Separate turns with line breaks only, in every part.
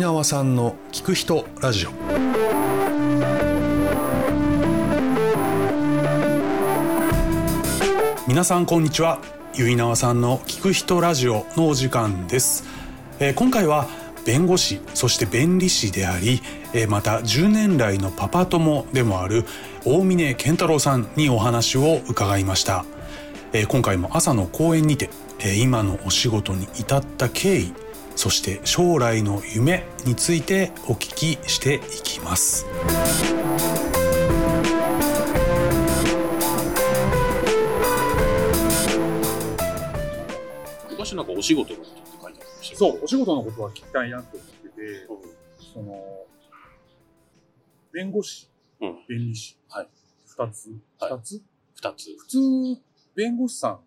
縄さんの「聞く人ラジオ」皆さんこんにちは結縄さんの「聞く人ラジオ」のお時間です、えー今回は弁護士そして弁理士であり、えーまた10年来のパパ友でもある大峰健太郎さんにお話を伺いました、えー今回も朝の講演にて、えー今のお仕事に至った経緯そして将来の夢についてお聞きしていきます
昔なんかお仕事のことって書いてありましたよ
そう、お仕事のことは聞きたいなと思ってて、その、弁護士、
うん
弁理士、
はい
二つ、
はい
二つ
二つ。
普通、弁護士さん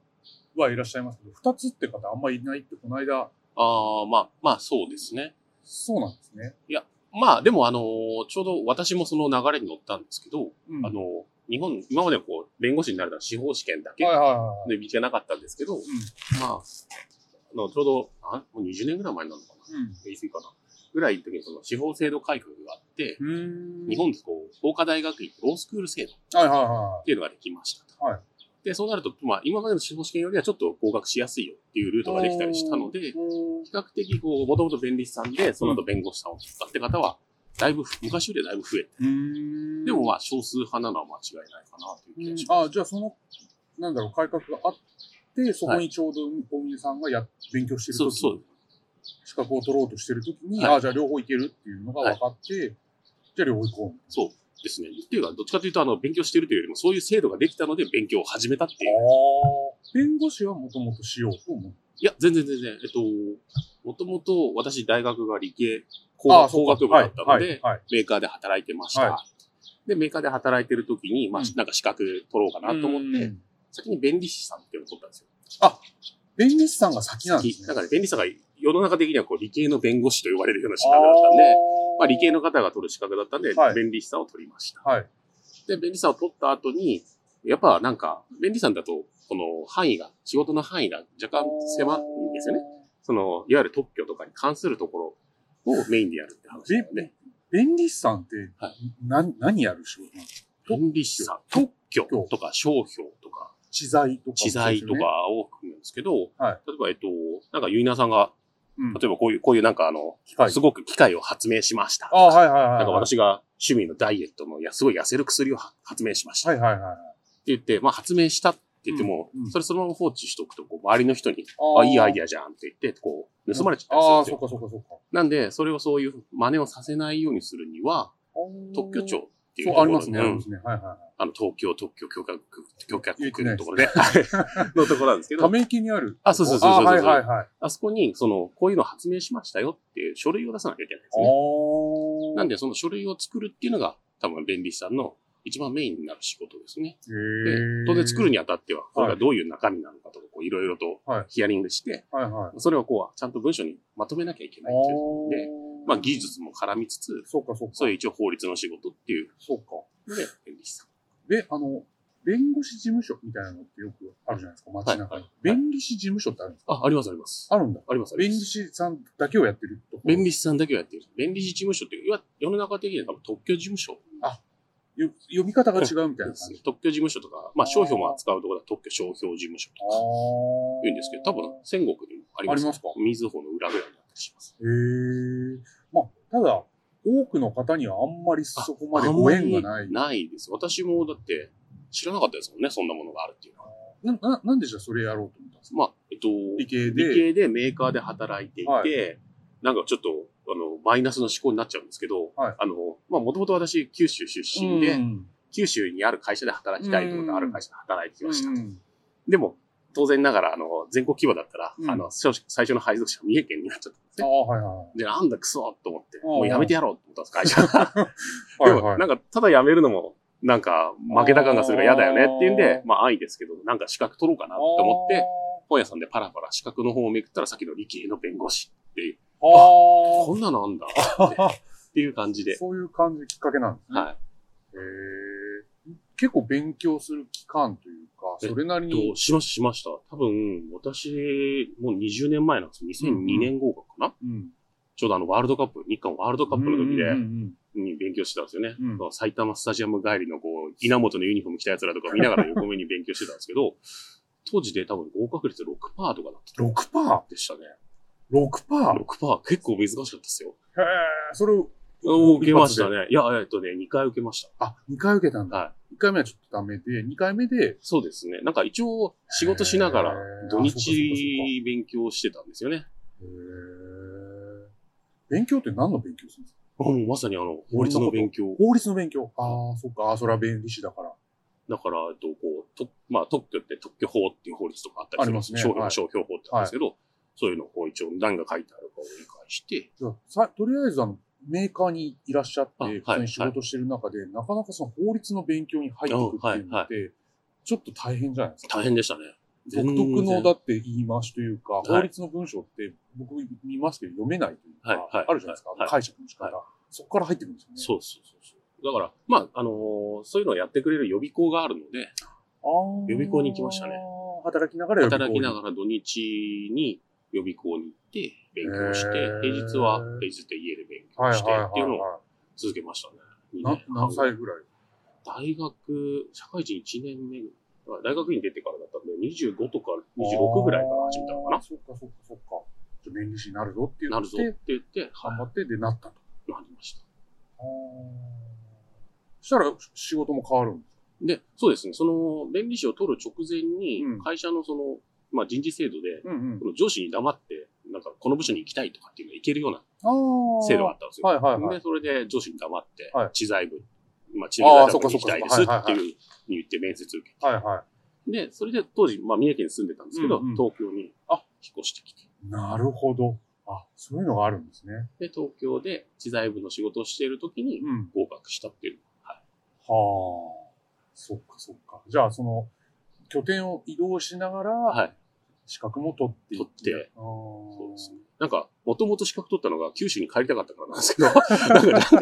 はいらっしゃいますけど、二つって方あんまりいないって、この間、
ああ、まあ、まあそうですね。
そうなんですね。
まあでもあのー、ちょうど私もその流れに乗ったんですけど、
うん
あのー、日本、今まではこう、弁護士になるのは司法試験だけ
はいはいはいはい。
の道がなかったんですけど、まあ、あの、ちょうど、あもう20年ぐらい前なのかな言い過ぎかなぐらいの時にその司法制度改革があって、
うん。うん。
日本でこう、法科大学院ロースクール制度っ
はいはいは
ていうのができましたと。
はい
で、そうなると、まあ、今までの司法試験よりはちょっと合格しやすいよっていうルー
い。
トができたりしたので、
おー、
比較的こう、もともと弁理士さんで、その後弁護士さんを使って方は、だいぶ、昔よりはだいぶ増えて、
うーん。
でもまあ少数派なのは間違いないかなという気がしま
あ、じゃあその、なんだろう、改革があって、そこにちょうど大峰さんがや勉強して
す。
る
そ
時
うそう。
資格を取ろうとしてるときに、
はい
ああ、じゃあ両方いけるっていうのが分かって、じゃあ両方行こう。
そうですね。っていうか、どっちかというと、あの、勉強してるというよりも、そういう制度ができたので勉強を始めたっていう。
弁護士はもともとしようと思う。
いや、全然全然。えっと、もともと私、大学が理系工
ああ
工学部だったので、
はいはいはい
メーカーで働いてました。
は
で、メーカーで働いてる時に、まあ、
うん
なんか資格取ろうかなと思っ
う
て、
ん
先に弁理士さんっていうのを取ったんですよ。
弁理士さんが先なんですね。
だから、弁理士さんが世の中的にはこう理系の弁護士と呼ばれるような資
あ
格だったんで、
ー
まあ、理系の方が取る資格だったんで、
はい
弁理士さんを取りました。
はい。
で、弁理士さんを取った後に、やっぱなんか、弁理士さんだと、この範囲が、仕事の範囲が若干狭いんですよね。その、いわゆる特許とかに関するところをメインでやるって話なので、
弁理士さんって、
はい
な何やる仕事なの
弁理士さん、特
特
許とか商標とか、
知財とか、
知財と。かを含むんですけど、
はい
例えば、えっと、なんか、ゆいなさんが、
うん、
例えばこういう、こういうなんかあの、
機械
すごく機械を発明しました。
ああ、はいはいはい。
なんか私が趣味のダイエットのや、すごい痩せる薬をは発明しました。
はいはいはい。
って言って、まあ発明したって言っても、
うんうん
それそのまま放置しとくと、こう、周りの人に、
あ
あ、いいアイ
デ
デアじゃんって言って、こう、盗まれちゃったりす
あ
るん
あ、
です
そ
よ。
っかそっかそっか。
なんで、それをそういう真似をさせないようにするには、特許庁
っ
っていうと
そう、
こ
あ
ろ
り
に
ますね。ありますね。はいはいはい。
あの、東京特許許可局、許可
言えて
局
な
の
い
ところ で、のところなんですけ
た
ど、
め池にある。
あそうそうそうそう
あはいはいはい。
あそこに、その、こういうの発明しましたよっていう書類を出さなきゃいけないんですね。
ああ。
なんで、その書類を作るっていうのが、多分、弁理士さんの一番メインになる仕事ですね。
へ
で
ー、
当然作るにあたっては、これがどういう中身なのかとか、こういろいろと
はい
ヒアリングして、
はいはい。
それをこう、ちゃんと文章にまとめなきゃいけないっていう。でまあ技。術も絡みつつ、
そうかそうか。
そういう一応法律の仕事っていう
そうか。
ので、弁理士さん。
で、あの、弁護士事務所みたいなのってよくあるじゃないですか、街中に。
はいはい
弁理士事務所ってあるんですか
あ、ありますあります。
あるんだ。
ありますあり
弁
ます。
理士さんだけをやってるとこ。
弁理士さんだけをやってる。弁理士事務所っていう、いわ世の中的には多分特許事務所
よ読み方が違うみたいな感
ですね
じ。。
特許事務所とか、まあ商標も扱うところは特許商標事務所と
あ
か
ー
言うんですけど、多分戦国にもあります。
ありますか
水穂の裏ぐらいになったりします。
へえ。まあ、ただ、多くの方にはあんまりそこまでご縁がな
あんま
い
り。ないです。私もだって知らなかったですもんね、そんなものがあるっていうのは。
な、な、なんでじゃあそれやろうと思ったんですか
まあ、えっと、
理系で。
理系でメーカーで働いていて、
は
なんかちょっと、あの、マイナスの思考になっちゃうんですけど、
はい
あの、まあ、もともと私、九州出身で、
うん
九州にある会社で働きたいと思って、ある会社で働いてきました。
うん
でも、当然ながら、あの、全国規模だったら、
うん
あの、最初最初の配属者は三重県になっちゃったんです
あ
ね。
あ、はいはい。
で、なんだクソと思って、
うん
もうやめてやろうと思ったんです、会社。
はい
で
はい
も、なんか、ただ辞めるのも、なんか、負けた感がするから嫌だよねっていうんで
あ、ー
まあ、安易ですけど、なんか資格取ろうかなと思って、本屋さんでパラパラ資格の方をめくったらさっきの理系の弁護士っていう、
あーあ
こんなのあんだ
ー
っていう感じで。
そういう感じきっかけなんですね。
は
へー結構勉強する期間というか、
えっと
それなり
い。
に
と、。しました、しました。多分、私、もう20年前なんですよ。
うんう
2002
ん
年合格かな、
うん。
ちょうどあのワールドカップ、日韓ワールドカップの時で、
うんうん
に勉強してたんですよね。
うん
まあ埼玉スタジアム帰りのこう、稲本のユニフォーム着た奴らとか見ながら横目に勉強してたんですけ ど、当時で多分合格率6%とかだった。
うん、6%?6%?
でしたね。
へ
6%結構難しかったですよ。
え、それを、
受けましたね。いや、えっとね、2回受けまし
あ、2回受けたん
た。
だ。
はい。
1回目はちょっとダメで、2回目で、
そうですね。なんか一応仕事しなが
へ
ら
ー
土
あそうかそう
日勉強してたんですよね。
へえ。勉強って何の勉強するんですか
あもうまさにあの、法律の勉強。
法律の勉強。ああ、そっか。あーそれは弁理士だから。
だから、えっと、こう、と、まあ、特許って特許法っていう法律とかあったりする
ありますね
商標、
はい
商標法ってあるんですけど、そういうのをこう一応何が書いてあるかを理解して、
じゃあさとりあえずあの、メーカーにいらっしゃって、
あはい
普通に仕事してる中で、なかなかその法律の勉強に入っていくっていうの
あは
っ
い
て、ちょっと大変じゃないですか。
大変でしたね。
独
全然
特のだって言い回しというか、
い
法律の文章って僕見ますけど読めないというか、
はいはい
あるじゃないですか。
はい
解釈の仕方、
はい
そこから入ってくるんですよね。
そうそうそうそう。だから、まあ、あのーそういうのをやってくれる予備校があるので、
あー
予備校に行きましたね。
働きながら予備
働
校
き
に
ながら土日に予備校に行って勉強して
へー、
平日は平日で家で勉強してっていうのを続けましたね。二
な
年半
何歳ぐらい
大学、社会人1年目、大学院出てからだったんで、25とか26ぐらいから始めたのか
あ
な
ー。そっかそっかそっか。じゃあ弁理士になるぞって言
な
っ
るぞ
て、
って
頑
言って、はい、
張ってでなったと。
なりました。
そしたら仕事も変わるんです
で、そうですね、その、弁理士を取る直前に
うん、
会社のその、まあ人事制度で、
うんうん
この上司に黙って、なんかこの部署に行きたいとかっていうのが行けるような
あー
制度があったんですよ。
はいはいはい。
で、それで上司に黙って
はい、
知財部、まあ知
あ
財
ー
部に行きたいです
そ
っ
っかそっか
ていうふうに言って面接受け
はいは
て。で、それで当時、まあ三重県に住んでたんですけど、
うんうん
東京に
あ
引っ越してきて。
い。なるほど。あ、そういうのがあるんですね。
で、東京で知財部の仕事をしているときに
うん。
合格したっていう。
はあ。そっかそっか。じゃあその、拠点を移動しながら、
はい。
資格も取ってい
取って。
あー
そうですね。なんか、もともと資格取ったのが九州に帰りたかったからなんですけど、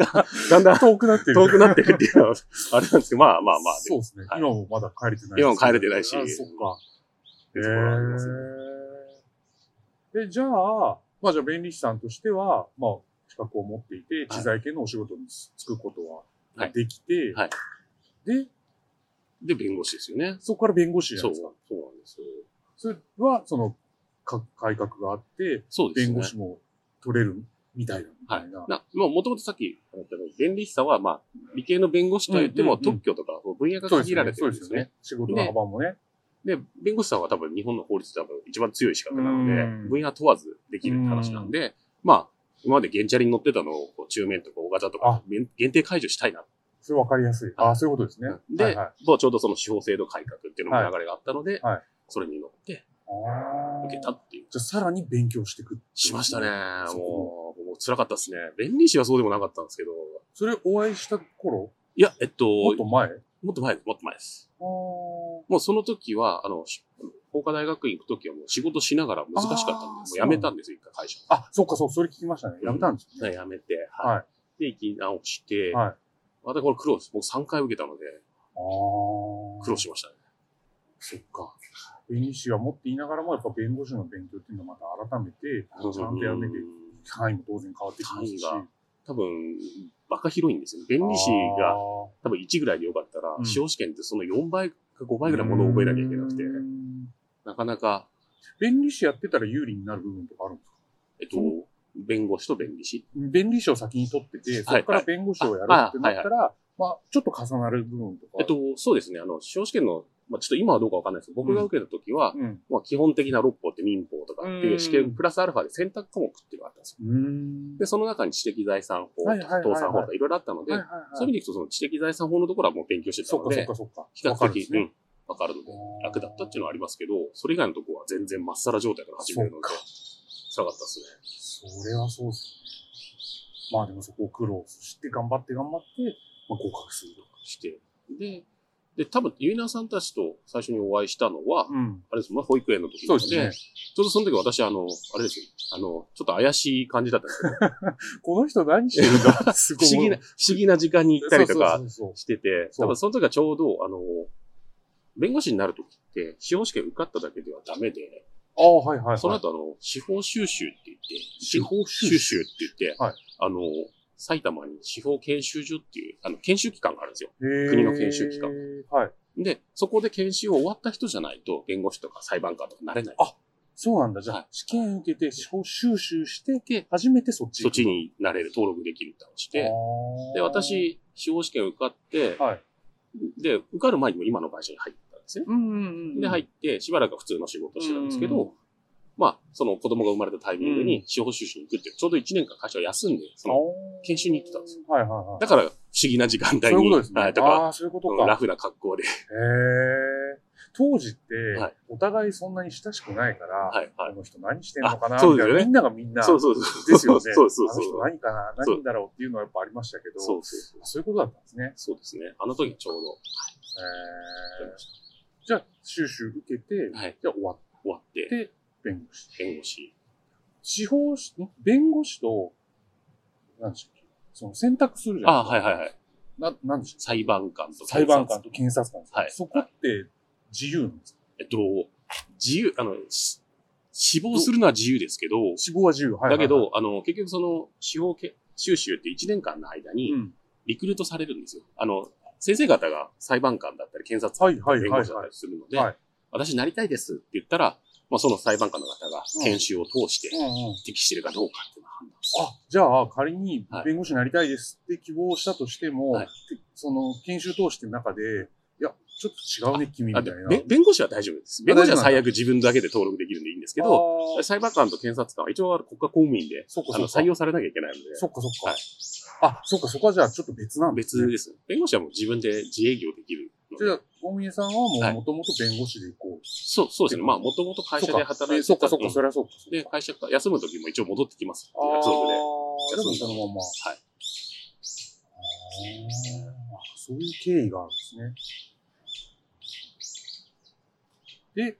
な んかだんだん、だんだん
遠くなってる。
遠くなってるっていうのは、あれなんですけど、まあまあまあ、で
そう
も
ですね。
はい
今もまだ帰れてない
今も帰れてないし
あそっか。
っていうところはありますね
えー、で、じゃあ、まあじゃあ、弁理士さんとしては、まあ、資格を持っていて、知財系のお仕事に就くこと
は
はいできて、
はい
で、
で、弁護士ですよね。
そこから弁護士じゃ
そ、
ないうです
そ
か。
うなんです。
それは、その、か改革があって、
そうですね。
弁護士も取れるみたいな、みた
はい
いな。。
な、まあ、もともとさっき言ったように弁理士さんは、まあ、理系の弁護士と言っても、
うんうんうん
特許とか、こう分野が
そうです
限
よ
ら
ね
れて
そ
る
うんで
ですす
よ
ね
ね。。仕事の幅もね。
で、弁護士さんは多分日本の法律で多分一番強い資格なので
うん、
分野問わずできる話なんで、まあ、今まで原チャリに乗ってたのを、こう中面とか大型とか
あ、
限限定解除したいな。
それ分かりやすい。
はい
ああ、そういうことですね。
で、
はいはい、あ
まあちょうどその司法制度改革っていうのも流れがあったので、
はい
それに乗って
ー
受けたっていう。
じゃあ、さらに勉強していくっていう
しましたね。
そう
もう、もう辛かったですね。弁理士はそうでもなかったんですけど、
それお会いした頃
いや、えっと、
もっと前
もっと前です、もっと前です。
あー
もうその時は、あの、し法科大学院行く時はもう仕事しながら難しかったんで、も
あー
う辞めたんですよ、一回会社。
あ、そっか、そう、それ聞きましたね。やめたんですよね。
辞めて、
はい
はい。で、行き直して、
はい。あ
またこれ苦労です。僕3回受けたので、
あ。
苦労しましたね。
そっか。弁理士は持っていながらも、やっぱ弁護士の勉強っていうのはまた改めて、ちゃんとやめて
うん、
範囲も当然変わってきますし。
範囲多分、バカ広いんですよ。弁理士
あ
が多分1ぐらいでよかったら
う、ん
司法試験ってその4倍か5
ー、
倍ぐらいものを覚えなきゃいけなくて
う、ーん
なかなか、
弁理士やってたら有利になる部分とかあるんですか
えっと、弁護士と弁理士。
弁理士を先に取ってて、そこから弁護士をやるってなったら、まあ、ちょっと重なる部分とか。
えっと、そうですね、あの、司法試験の、まあ、ちょっと今はどうかわかんないですけど、僕が受けた時は、
うん。
まあ、基本的な六法って民法とかっていう試
うん
験、プラスアルファで選択科目っていうのがあったんですよ。
うーん。
で、その中に知的財産法
はい
と
はいはいは
か、
い
倒産法とかいろいろあったので、
はいはいはい
そういう意味でいくと、その知的財産法のところはもう勉強してた
そ
の
っかそっ
で
か、そっか。
比較
わかるんで
的、
す
う
ね
ん、わかるので、楽だったっていうのはありますけど、それ以外のところは全然まっさら状態から始めるので
そっか、
辛かったですね。
それはそうですよね。まあでもそこを苦労して頑張って頑張って、まあ、合格するとか。
して。で、で、多分、ゆいなさんたちと最初にお会いしたのは、
うん。
あれです、まあ、保育園の時
そ
な
う
の
で
で、
すね。
ちょうどその時私、あの、あれですよ、あの、ちょっと怪しい感じだったんですけど、
この人何してるん だす
不思議な、不思議な時間に行ったりとか
そう、そうそう
してて、
そ
多
う
分その時はちょうど、あの、弁護士になる時って、司法試験受かっただけではダメで、
ああ、はいはい、はい。
その後、あの、司法修習って言って、
司法修
修
習
習って言って、
はい
あの、埼玉に司法研修所っていう、あの、研修機関があるんですよ。
国
国の研修機関。
はい。
で、そこで研修を終わった人じゃないと、弁護士とか裁判官とかなれない。
あそうなんだ。じゃあ、
はい
試験受けて、司法修習して、
で、
初めてそっち
そっ
行く
ちになれる、登録できるって話で、
あー
で、私、司法試験受かって、
はい
で、受かる前にも今の会社に入ったんですね。
うんうんうん。
で、入
っ
って、しばらく普通の仕事をしてたんですけど、
うんうん
まあ、その子供が生まれたタイミング
う
に司法修習に行くって、ちょうど1年間会社を休んで、その研修に行ってたんですよ。
はいはいはい。
だから、不思議な時間帯に、
そういうことですね。
はい、と
あ
か、
あー、そういうこと
ラ
か。
フな格好で、
へえ。当時って
はい、
お互いそんなに親しくないから、
はい、は
あ
い。
の人何してんのかな
あそう
み
で
た
す
い
よ
な。
ね
みんながみんな。
そうそうそう。
ですよね。
そうそう
あの人
そう。
何かな
そう
何だろうっていうのはやっぱありましたけど、
そ
そう
そうそう。
ういうことだったんですね。
そうですね。あの時ちょう
へ
ど
ー、じゃあ、修習受けて、
はい、
じゃあ終わっ
終わって、
て、弁護士。
弁護士。
司法士、ん弁護士と、何でしたっけその選択するじゃ
ああ、
な
はいはいはい。
いな、何でしたっ
裁判官と
け裁判官と検察官ですか
はい
そこって自由なんですか
えっと、自由、あの、し死亡するのは自由ですけど、
死亡は自由。はいはいはい
だけ、ど、あの、結局その、司法け修習って1年間の間に
うん。
リクルートされるんですよ。あの、先生方が裁判官だったり、検察
はいはい
弁護
はいはい
士だったりするので、
はい
私なりたいですって言ったら、まあ、その裁判官の方が研修を通して
うんうん。
適してるかどうかっていうのを判断する。
あ、じゃあ仮に
はい
弁護士になりたいですって希望したとしても、
はい
その研修通しての中で、いや、ちょっと違うね、君み
あ
たい
で
な。
べ弁護士は大丈夫です。弁護士は最悪自分だけで登録できるんでいいんですけど、
あー
裁判官と検察官は一応国家公務員で、
そっか
あ
そ
の
っか
採。用されなきゃいけないので、
そっかそっか。
はい
あ、そっかそこはじゃあちょっと別なんです
別
ね。
です。弁護士はもう自分で自営業できるの
じゃ
で。
あ、大宮さんはも
はいう
もともと弁護士で行こう。
そう、そうですね。まあ、もともと会社で働いてたんで
そっかそっか、
うん
そりゃそっか。
で、会社から休む時も一応戻ってきます。
あ
約
あ
束で。
ー、でもそのまま。
はい。
あーそういう経緯があるんですね。で、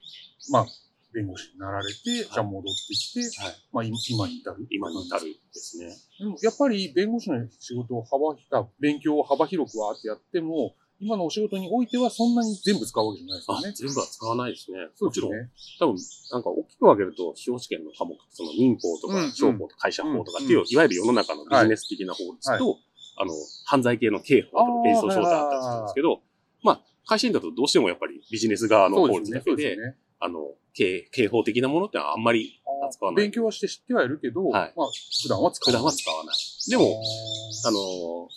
まあ、弁護士になられて、じゃあ戻ってきて、
はい
まあ今今に至る。
今に至るですね。
でもやっぱり弁護士の仕事を幅広く、勉強を幅広くわーってやっても、今のお仕事においてはそんなに全部使うわけじゃないです
あ
よね、。
全部は使わないですね。
そう
も
で
ち
す
ろん。
ね。
多分、なんか大きく分けると、司法試験の科目、その民法と
うんう
か
ん
商法とか会社法とかっていうう、いわゆる世の中のビジネス的な法律
はい
と、あの、犯罪系の刑法とか刑事訴訟だったりするんですけど、まあ、会社員だとどうしてもやっぱりビジネス側の
そ
法
う
律
です
だ
ね。
け
そう
で、
ですね。
あの、刑、刑法的なものってのはあんまり
あー
扱わない
勉強はして知ってはいるけど、
はい
まあ、普段は使
普
わない。
段は使わない。でも、あの、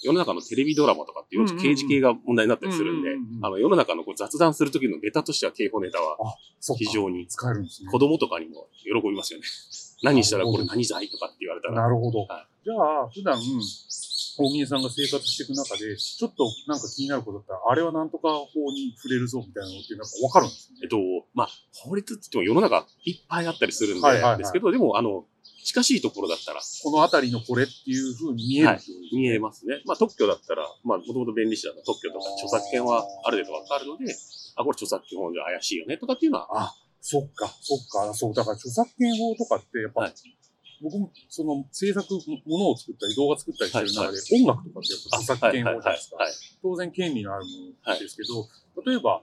世の中のテレビドラマとかって、よ
う
く
んうんうん
刑事系が問題になったりするんで
うんうんう、ん
あの、世の中のこう雑談するときのネタとしては刑法ネタは
そうか
非常に
使えるんですね
子。供とかにも喜びますよね。何したらこれ何罪とかって言われたら。
なるほど。
は
じゃあ、普段、大宮さんが生活していく中で、ちょっとなんか気になることだったら、あれはなんとか法に触れるぞみたいなのって、なんかわかるんです
えっと、まあ、法律って言っても世の中いっぱいあったりするんで
はいはいは、い
ですけど、でも、あの、近しいところだったら
この辺りのこれっていう風に見えるってことですね
見えますね。まあ、特許だったら、まあ、もともと便利士だったら特許とか著作権はある程度わかるので、あ、これ著作権法上怪しいよねとかっていうのは、
あ、そっか、そっか、そう、だから著作権法とかって、やっぱ、
はい
僕も、その、制作、ものを作ったり、動画作ったりしてる中で、
はいは
音楽とかってやっぱ
あ
著作権法じゃないですか。
はいはいはいはい
当然、権利のあるものですけど、例えば、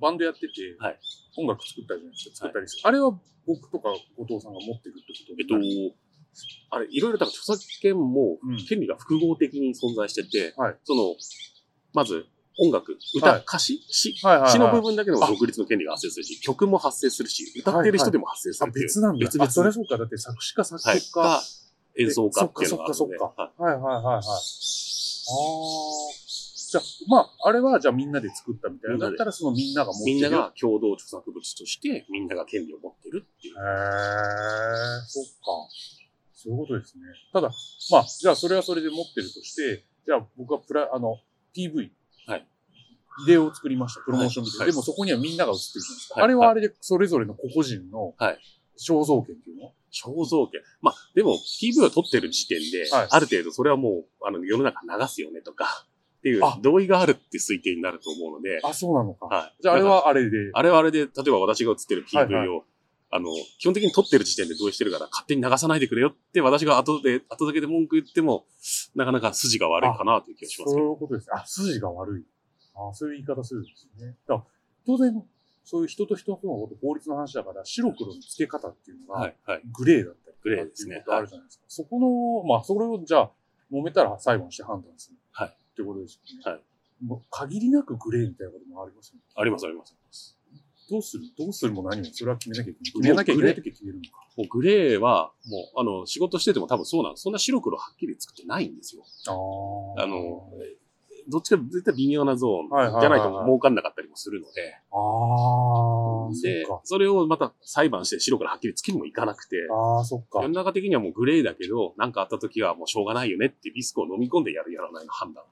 バンドやってて、
はい
音楽作ったりじゃないですか、作ったりする。あれは僕とか後藤さんが持ってるってこと
えっと、あれ、いろいろだから著作権も
うん、
権利が複合的に存在してて、
はい
その、まず、音楽、歌、
はい
歌詞、詩、
はいはいはい
詩の部分だけでも独立の権利が発生するし、曲も発生するし、歌ってる人でも発生す
あ
るっていう。
別なんだ。
別々
あそれはそうか。だって作詞家、作
はい。
曲家、
か、演奏家っていうのがある
そ
の
っ
で。
かそっかそっ
は
はいはいはいはい。ああ。じゃあ、まあ、あれは、じゃあみんなで作ったみたいな。
みんな
だっ
で
たら、そのみんなが持っ
い
て
みん
る
なが共同著作物として、みんなが権利を持ってるっていう
へ。え、そっか。そういうことですね。ただ、まあ、じゃあそれはそれで持ってるとして、じゃあ僕はプラ、あの、PV。
はい。
ビデオを作りました。プロモーションビデオ。
はいはい
でもそこにはみんなが映ってるじゃないですか。
はい
あれはあれで、それぞれの個々人の
はい
肖像権っていうの、
肖像権。まあ、でも、PV を取ってる時点で、
はい
ある程度それはもう、あの、世の中流すよねとか、っていう
あ、
同意があるって推定になると思うので、
あ、そうなのか。
はい。
じゃああれ
だか
はあれで。
ら、あれはあれで、例えば私が映ってる PV を、
はい
あの、基本的に撮ってる時点で同意してるから、勝手に流さないでくれよって、私が後で、後付けで文句言っても、なかなか筋が悪いかなという気がします
そ
けど。
ういうことですね。あ、筋が悪い。あそういう言い方するんですね。だから当然、そういう人と人とのこと、法律の話だから、白黒の付け方っていうの
は
が、
い、はい。
グレーだったりと
グレ
か
ー
っ
で
て
す
い
ね
うことあるじゃないですか。そこの、まあ、それをじゃあ、揉めたら裁判して判断する。
はい
ってことですよね。
はい
もう限りなくグレーみたいなこともありますよね。
あります、あります。
どうするどうするも何も、それは決めなきゃいけない。決めなきゃいけないときは決めるのか。
もうグレーは、もう、あの、仕事してても多分そうなの。そんな白黒はっきり作ってないんですよ。
あー
あの、どっちかというと絶対微妙なゾ
はい
ー
はいはい
ン
はい
じゃないと儲かんなかったりもするので、
ああ、そ
で
っか。、
それをまた裁判して白からはっきりつきにもいかなくて、
ああ、そっか
世の。中的にはもうグレーだけど、なんかあった時はもうしょうがないよねってリスクを飲み込んでやるやらないの判断。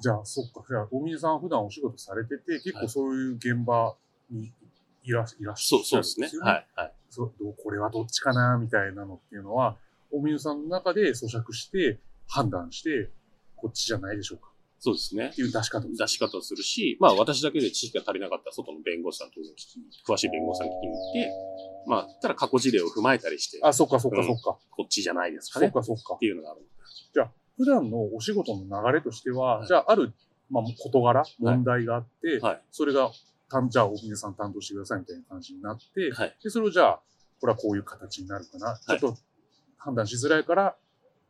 じゃあ、そっか。じゃあ、大水さん普段お仕事されてて、結構そういう現場にいらいらっし
そ
ゃる
う、そうですね。
よ
はい、はい。
そうどうこれはどっちかなみたいなのっていうのは、おみゆさんの中で咀嚼して、判断して、こっちじゃないでしょうか
そうですね
っ。ていう出し方
出し方をするし、まあ私だけで知識が足りなかったら外の弁護士さん当然聞きに、詳しい弁護士さん聞きに行って、まあ、たら過去事例を踏まえたりして、
あ、そっかそっ
う
か
ん
そっか。
こっちじゃないですか
そ
ね。
っかそっか
っ。ていうのがある。
普段のお仕事の流れとしては、
はい
じゃあ、ある、まあ、事柄、問題があって、
はい
それが、たんじゃあ、おみゆさん担当してくださいみたいな感じになって、
はい。
で、それをじゃあ、これはこういう形になるかな。
はい
ちょっと判断しづらいから、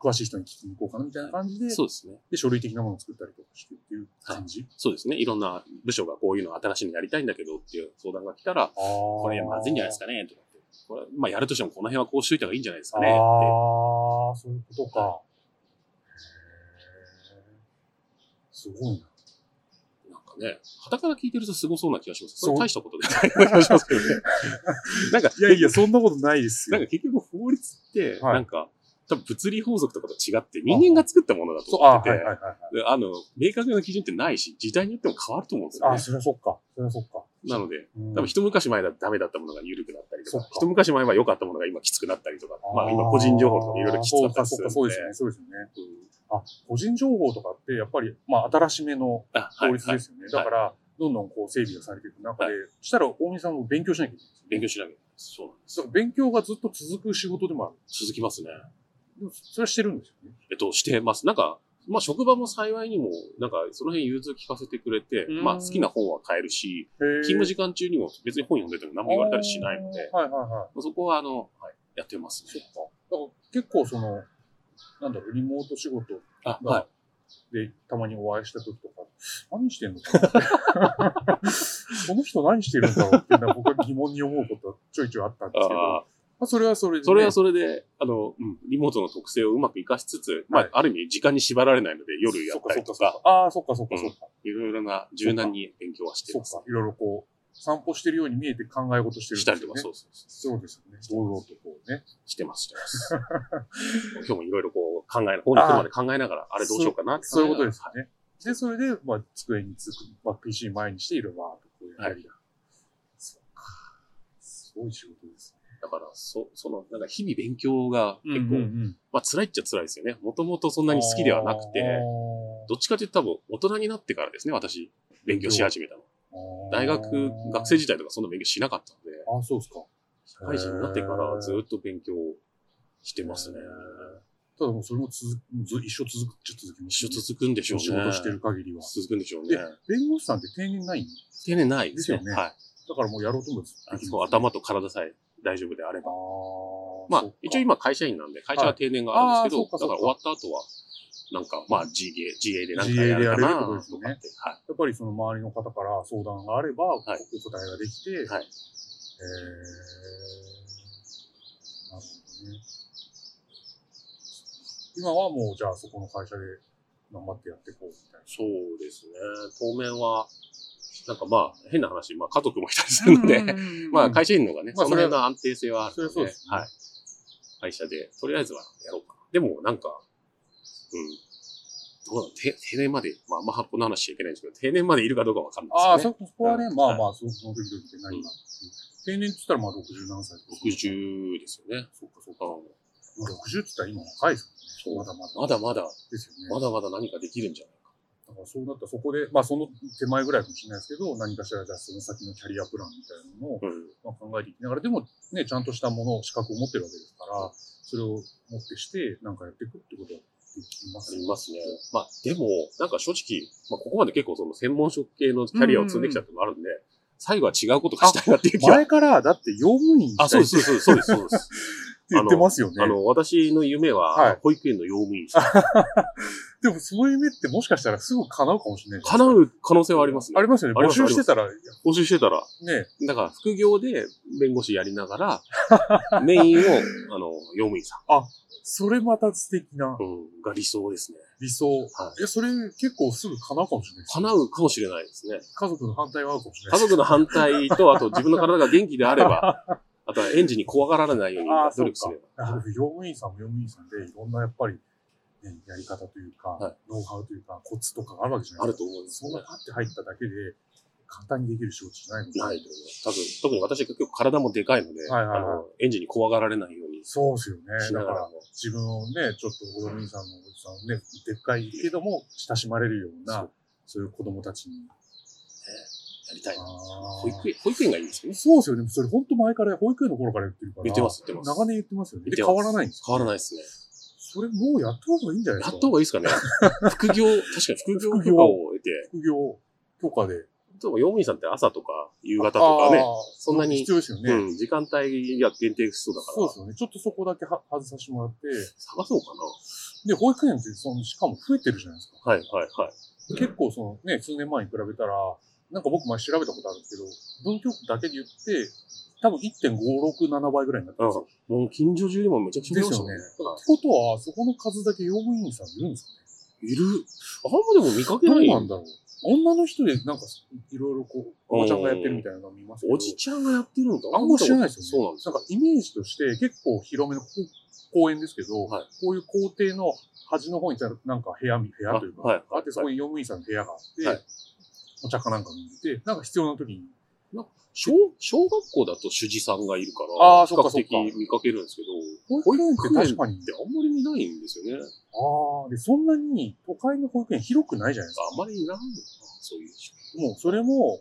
詳しい人に聞きに行こうかなみたいな感じで、
そうですね。
で、書類的なものを作ったりとかしてっていう感じ。
そうですね。いろんな部署がこういうの新しいのやりたいんだけどっていう相談が来たら、こ
こ
れまずいんじゃないですかねとかって。これ、まあやるとしてもこの辺はこうしといた方がいいんじゃないですかね
あ
って。
あー、そういうことか。へーすごいな。
なんかね、傍から聞いてるとすごそうな気がします。そ
そ
れ
う
大したことでない気がします けどね。なんか、
いやいや、そんなことないです
なん
よ。
か結局法律って、
はい
なんか、多分物理法則とかと違って人間が作ったものだと
そう、あ
思っ
ー、
て
はい
て
はい、はいはい。
であの、明確な基準ってないし、時代によっても変わると思うんです
あ
よ
ー、
ね。
そりゃそっか。そりゃそっか。
なので、
うん
多分一昔前だとダメだったものが緩くなったりと
そ
か
っか、
一昔前は良かったものが今きつくなったりとか、まあ
ー
今個人情報とかいろいろきつかったりす
そう
るん
か、そうか、そ
で
うですよね。。そうですよね。
うん
あ、個人情報とかって、やっぱり、まあ、新しめの
あ、は
法
い、
律
は
で
い。
すよね。だから、どんどんこう整備がされていく中で、そしたら大見さんも勉強しなきゃいけないんですよね。
勉強しなきゃいけないです。そうなんです。
そう勉強がずっと続く仕事でもある。
続きますね。
でもそれはしてるんですよね。
えっと、してます。なんか、まあ職場も幸いにも、なんかその辺融通聞かせてくれて
う、ん
まあ好きな本は買えるし、
勤
勤務時間中にも別に本読んでても何も言われたりしないので、。
はいはいはい。
そこはあの、はい、やってます
そっ
ね。
か。だから結構その、なんだろう、リモート仕事
あ、
が、
はい。
で、たまにお会いした時とか、何してんのかな この人何してるんだろうっていうのは僕は疑問に思うことはちょいちょいあったんですけど、
あー
まあ、それはそれで、ね。
それはそれで、あの、うん、リモートの特性をうまく活かしつつ、ま
はい
あ、ある意味時間に縛られないので夜やったりと
そ
か
っ、か。ああー、そっかそっかそっか。
いろいろな柔軟に勉強はして
そ
ま
っ
す。
か。いろいろこう、散歩してるように見えて考え事してるん
し
で
た
す
りと
よ
か、
ね。
そうそうそう。
そうですよね。堂々とこうね。
してます、してます。 今日もいろいろこう考えな、ここに来るまで考えながら、あれどうしようかなって考
そ
え
ういう
な
こ
が
と
ら
ですよね。で、それで、まあ、机につく、まあ、PC 前にして、いろいろわーっとこうやりだ。そっか。すごい仕事ですね。
だから、そ、その、なんか日々勉強が結構、
結
まあ辛いっちゃ辛いですよね。もともとそんなに好きではなくて、どっちかというと多分大人になってからですね、私、勉強し始めたの。大学、学生時代とかそんな勉強しなかったので、
あーあー、そうですか。
社会人になってからずっと勉強してますね
へー。ただもうそれも続く、ず一生続くっちゃ続きま
一
す、
生続くんでしょうね。
お仕事してる。限りは。
続くんでしょうね
で。、弁護士さんって定年ないん
丁寧ないですね。
ですよね
はい。
だからもうやろうと思えばできるん
あ
です
そう頭と体さえ大丈夫であれば。まあ、一応
今
今会社員なんで、会社は定年があるんですけど、
はいあーそうか
だ
そうか
から終わった後は、なんか、まあ、GA、GA でなんか
GA
やるか
でやれるってこと
な
です
と
よ
か
ね
って。はい。
やっぱりその周りの方から相談があれば、お答
い
えができて、
はい
えー、なるほどね。今はもう、じゃあそこの会社で頑張ってやっていこうみたい
そうですね。当面は、なんかまあ、変な話、まあ、家族もいたりするので、
な。
まあ、会
社
社員の方がね、
まあ
その辺の安定性はあるので、
それはそうですね
はい。会社で、とりあえずはやろうかな。でも、なんか、うん。どうだろう定定年まで、まあ、あんまこの話しちゃいけないんですけど、定年までいるかどうかわかんないですよ
ああ、
ね。
そこはね、
うん
まあまあ、その時々って何がっていう。定年って言ったらまあ60何歳とか。
60ですよね。
そっかそっか。
うん
まあ60って言ったら今若いです
そ
もん
う
ね。まだ
ま
まだ。
だまだ、
ですよね。
まだまだ何かできるんじゃないか。
だからそうなったらそこで、まあその手前ぐらいかもしれないですけど、何かしらじゃあその先のキャリアプランみたいなのを
うん。
まあ考えていきながら、でもね、ちゃんとしたものを、資格を持ってるわけですから、それを持ってして、なんかやっていくってことはできま
あ
す
りますね。まあ、でも、なんか正直、まあ、ここまで結構その専門職系のキャリアを積んできたってのもあるんで、最後は違うことがしたいなっていう気は。
前から、だって、用務員に
あ、そうです、
っ
そうです、そうです、そうです。
て言ってますよね
あ。の、私の夢
は、
はい保育園の用務員さん
でも、そういう夢ってもしかしたらすぐ叶うかもしれない。
叶う可能性はありますね
あ。りますよね。
あり
募
ます
集してたら、ね、
募集してたら、だから副業で弁護士やりなが ら、メインを、あの、用務員さ、
それまた素敵なん
うん、が理想ですね。
理想。
はい
や、それ結構すぐ叶うかもしれないです。
叶うかもしれないですね。
家族の反対はあるかもしれな
家
いです。
族の反対と、あと自分の体が元気であれ ば、あとは園児に怖がられないように
あー
努力すれば。
なるほど。用務員さんも用務員さんで、いろんなやっぱり、ね、やり方というか、
は
ノウハウというか、コツとかがあるわけじゃな
あ
いで
る
すか。
と思うんです
そ
よ
ん
ね
な。パって入っただけで、簡単にできる仕事じゃないので。
ないと思います。多分、特に私が結構体もでかいので、
はいはいはい
あの、園児に怖がられないようにし
そうですよね。
な
だ
が
からら
も、、
自分をね、ちょっとお嫁さんのおじさんをね、でっかいけども、親しまれるよう
そ
な
う、
そういう子供たちに。
やりたいな。保
保
育園、保育園がいいんですよね。
そうですよね。それ本当前から、保育園の頃から言ってるから。
言ってます、言ってます。
長年言ってますよね。
言っ
で、
て
変
ます
わらないんです
変わらない
い。
ですね。
それもうやった方がいいんじゃない
や
です
っ
か。
た方がいいですかね。副 業、確かに副業
副業
許可を得て、
副業許可で。
例えば、用務員さんって朝とか夕方とかね
あー、
そんなに
必、要ですよね。
うん、時間帯が限定しそうだか
そう
ら
で、すよね。ちょっとそこだけは外させてもらって、
探そうか
で、保育園って、その、しかも増えてるじゃないですか。
な。はい、はい、はい。
結構そのね、数年前に比べたら、なんか僕前調べたことあるんですけど、文京区だけで言って、多分1.567倍ぐらいになって
うん
ますよ。っ。
もう近所中にもめちゃくちゃいましたもんね。
です
だから
てことは、そこの数だけ用務員さんいるんですかね
いる。あんまでも見かけ
ど
な
う
い。
なんだろう。女の人でなんかいろいろこう、おばちゃんがやってるみたいなの見ますけど。
おじちゃんがやってるのか
あんま知らないですよね。
そうなんですよ
なんかイメージとして結構広めのこ公園ですけど、
はい
こういう校庭の端の方になんか部屋み、部屋というか、
あはい
あってそこに用務員さんの部屋があって、
はい
お茶かなんか飲んでて、なんか必要な時に、
小、小学校だと主事さんがいるから、
あー
比
そっか
較
そっ
的
か
見かけるんですけど、
保育園って確かに
っ。てあんまり見ないんですよね。
ああ、で、そんなに都会の保育園広くないじゃないです
あんまりいないのかな、そういう人。
か。もうそれも、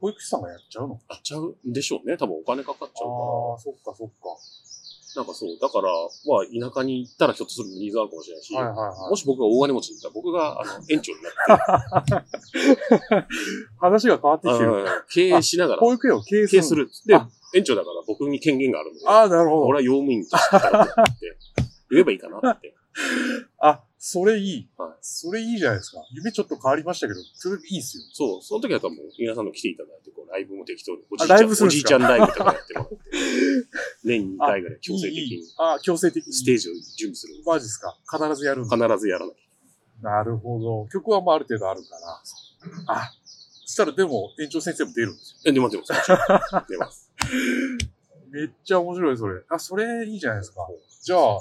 保育士さんがやっちゃうのか。
やっちゃうんでしょうね。多分お金かかっちゃうか
ああ、そっかそっか。
ら。なんかそう、だから、まあ、田舎に行ったらひょっとするとニーズあるかもしれないし、
はいはいはい。
もし僕が大金持ちになったら、僕があの園長に なって、
話が変わってきてる。
あの経営しながら、
保育園を経営す
経
る。
営する。で
あ、
園長だから僕に権限があるので、
ああ、なるほど。
俺は用務員として働くって言えばいいかなって。
あ、それいい。
はい
それいいじゃないですか。夢ちょっと変わりましたけど、それいいっすよ。
そう、その時は多分皆さんの来ていただいて、こうライブも適当に、おじい
あ
ちゃ
ライ
ん
ブす
お
るん
じい
です
ち
か
ゃんライブとかやってもらって、 年に2回ぐらい強制的
いいいい
に
あ、強制的に。
ステージを準備する。
マジですか。必ずやるんだ。
必ずやらなき
なるほど。曲はもうある程度あるから。あ、そしたらでも、園長先生も出るんですよ。
ゃ。え、出ます、出 ます。出ます。
めっちゃ面白い、それ。あ、それいいじゃないですか。じゃあ、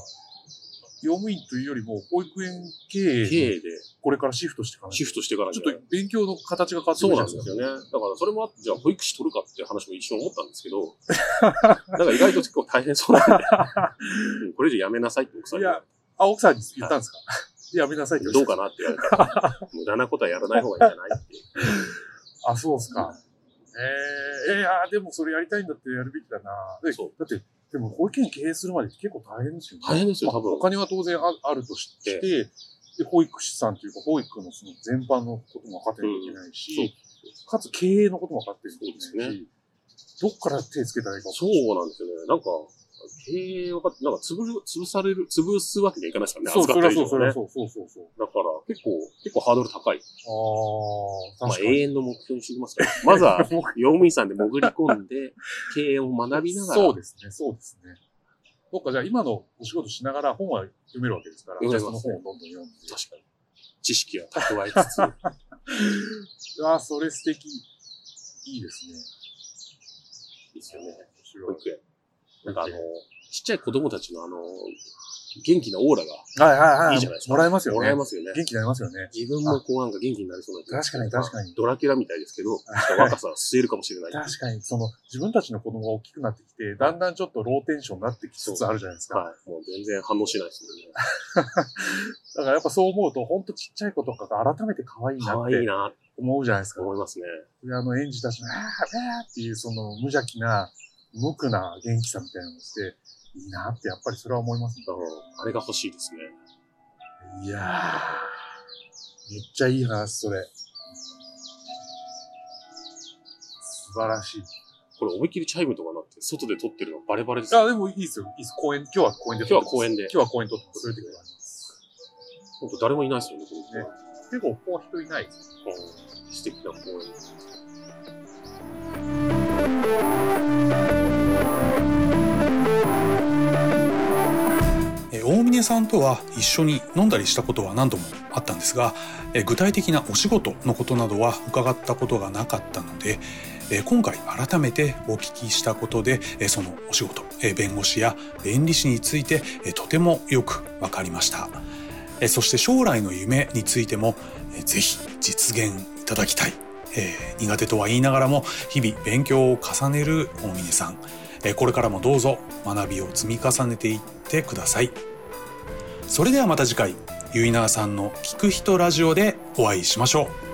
用務員というよりも、保育園経営
経
に
営で
これからシフトしていかない
シ
と。
フトしていかなき
ち
ゃいけ
ょっ
ない
と。勉強の形が変わってく
そう
る
なん
じ
で
ゃい
す
か
よね。だからそれもあって、じゃあ保育士取るかって話も一瞬思ったんですけ ど、なんか意外と結構大変そうなんで、うんこれ以上やめなさいって奥さんに
いやあ、奥さんに言ったんですか、 やめなさいって
ど
言
う
われ
かなって言われたら、 無駄なことはやらない方がいいんじゃないっていう。
た。あ、そうっすか。えー、いやーでもそれやりたいんだってやるべきだなで
そ
だって、でも保育園経営するまでって結構大変ですよね。
大変ですよ、多
まあお
分。
金は当然ああるとし
え
て、で、保育士さんというか、保育のその全般のことも分かってないといけない
うん
し、かつ経営のことも分かってるといけ
そうで
な
す
いし、どっから手つけたらいいか
そうなんですよね。なんか、経営分かって、なんか潰る、潰される、潰すわけにはいかないですからね、
そう、そ
預かって
れ
る以上
はそう、それ
ね
は。そう、そうそうそう。
だから、結構、結構ハードル高い。
あ
ま
あ、
あ、
確かに。
永遠の目標にしてきますから。まず は、用務員さんで潜り込んで、経営を学びながら、
そうですね、そうですね。そっか、じゃあ今のお仕事しながら本は読めるわけですから、
読
じゃ
め
あ
ます
そ
ね
の本をどんどん読んで。
確かに。知識は蓄えつ つ、
ああ、それ素敵。いいですね。
ですよね。保
面白い。
育園。なんかあの、ちっちゃい子供たちのあの、元気なオーラが
はいはいはい。
いいじゃないですか
もらえますよね。
もらえますよね。
元気になりますよね。
自分もこうなんか元気になりそうな気がして
確かに確かに
まあドラキュラみたいですけど、ちょっと若さは吸えるかもしれない。
確かに、その、自分たちの子供が大きくなってきて、だんだんちょっとローテンションになってきつつあるじゃないですか。
はい。もう全然反応しないですよね。
だからやっぱそう思うと、ほんとちっちゃい子とかが改めて可愛いな
可
っ
愛い
て
なって
思うじゃないですか。
思いますね。
で、あの、園児たちの、あーあーっていう、その、無邪気な、無垢な元気さみたいなのって、いいなって、やっぱりそれは思いますね。
うんあれが欲しいですね。
いやー、めっちゃいい話、それ。す素晴らしい。
これ思いっきりチャイムとかなって、外で撮ってるのバレバレですよ。
あ、でもいいですよ。いいです。公園、今日は公園で撮ってます。
今日は公園で
今日は公園撮ってます。そういう時は
ほんと誰もいないですよね、この公園
ね結構ここは人いない。
うん素敵な公園。
えー大峰さんとは一緒に飲んだりしたことは何度もあったんですが、えー具体的なお仕事のことなどは伺ったことがなかったので、えー今回改めてお聞きしたことで、えーそのお仕事、えー弁護士や弁理士について、えーとてもよくわかりました。えーそして将来の夢についても、えーぜひ実現いただきたい。えー苦手とは言いながらも日々勉強を重ねる大峰さん。えーこれからもどうぞ学びを積み重ねていってください。それではまた次回、ゆいなーさんの聞く人ラジオでお会いしましょう。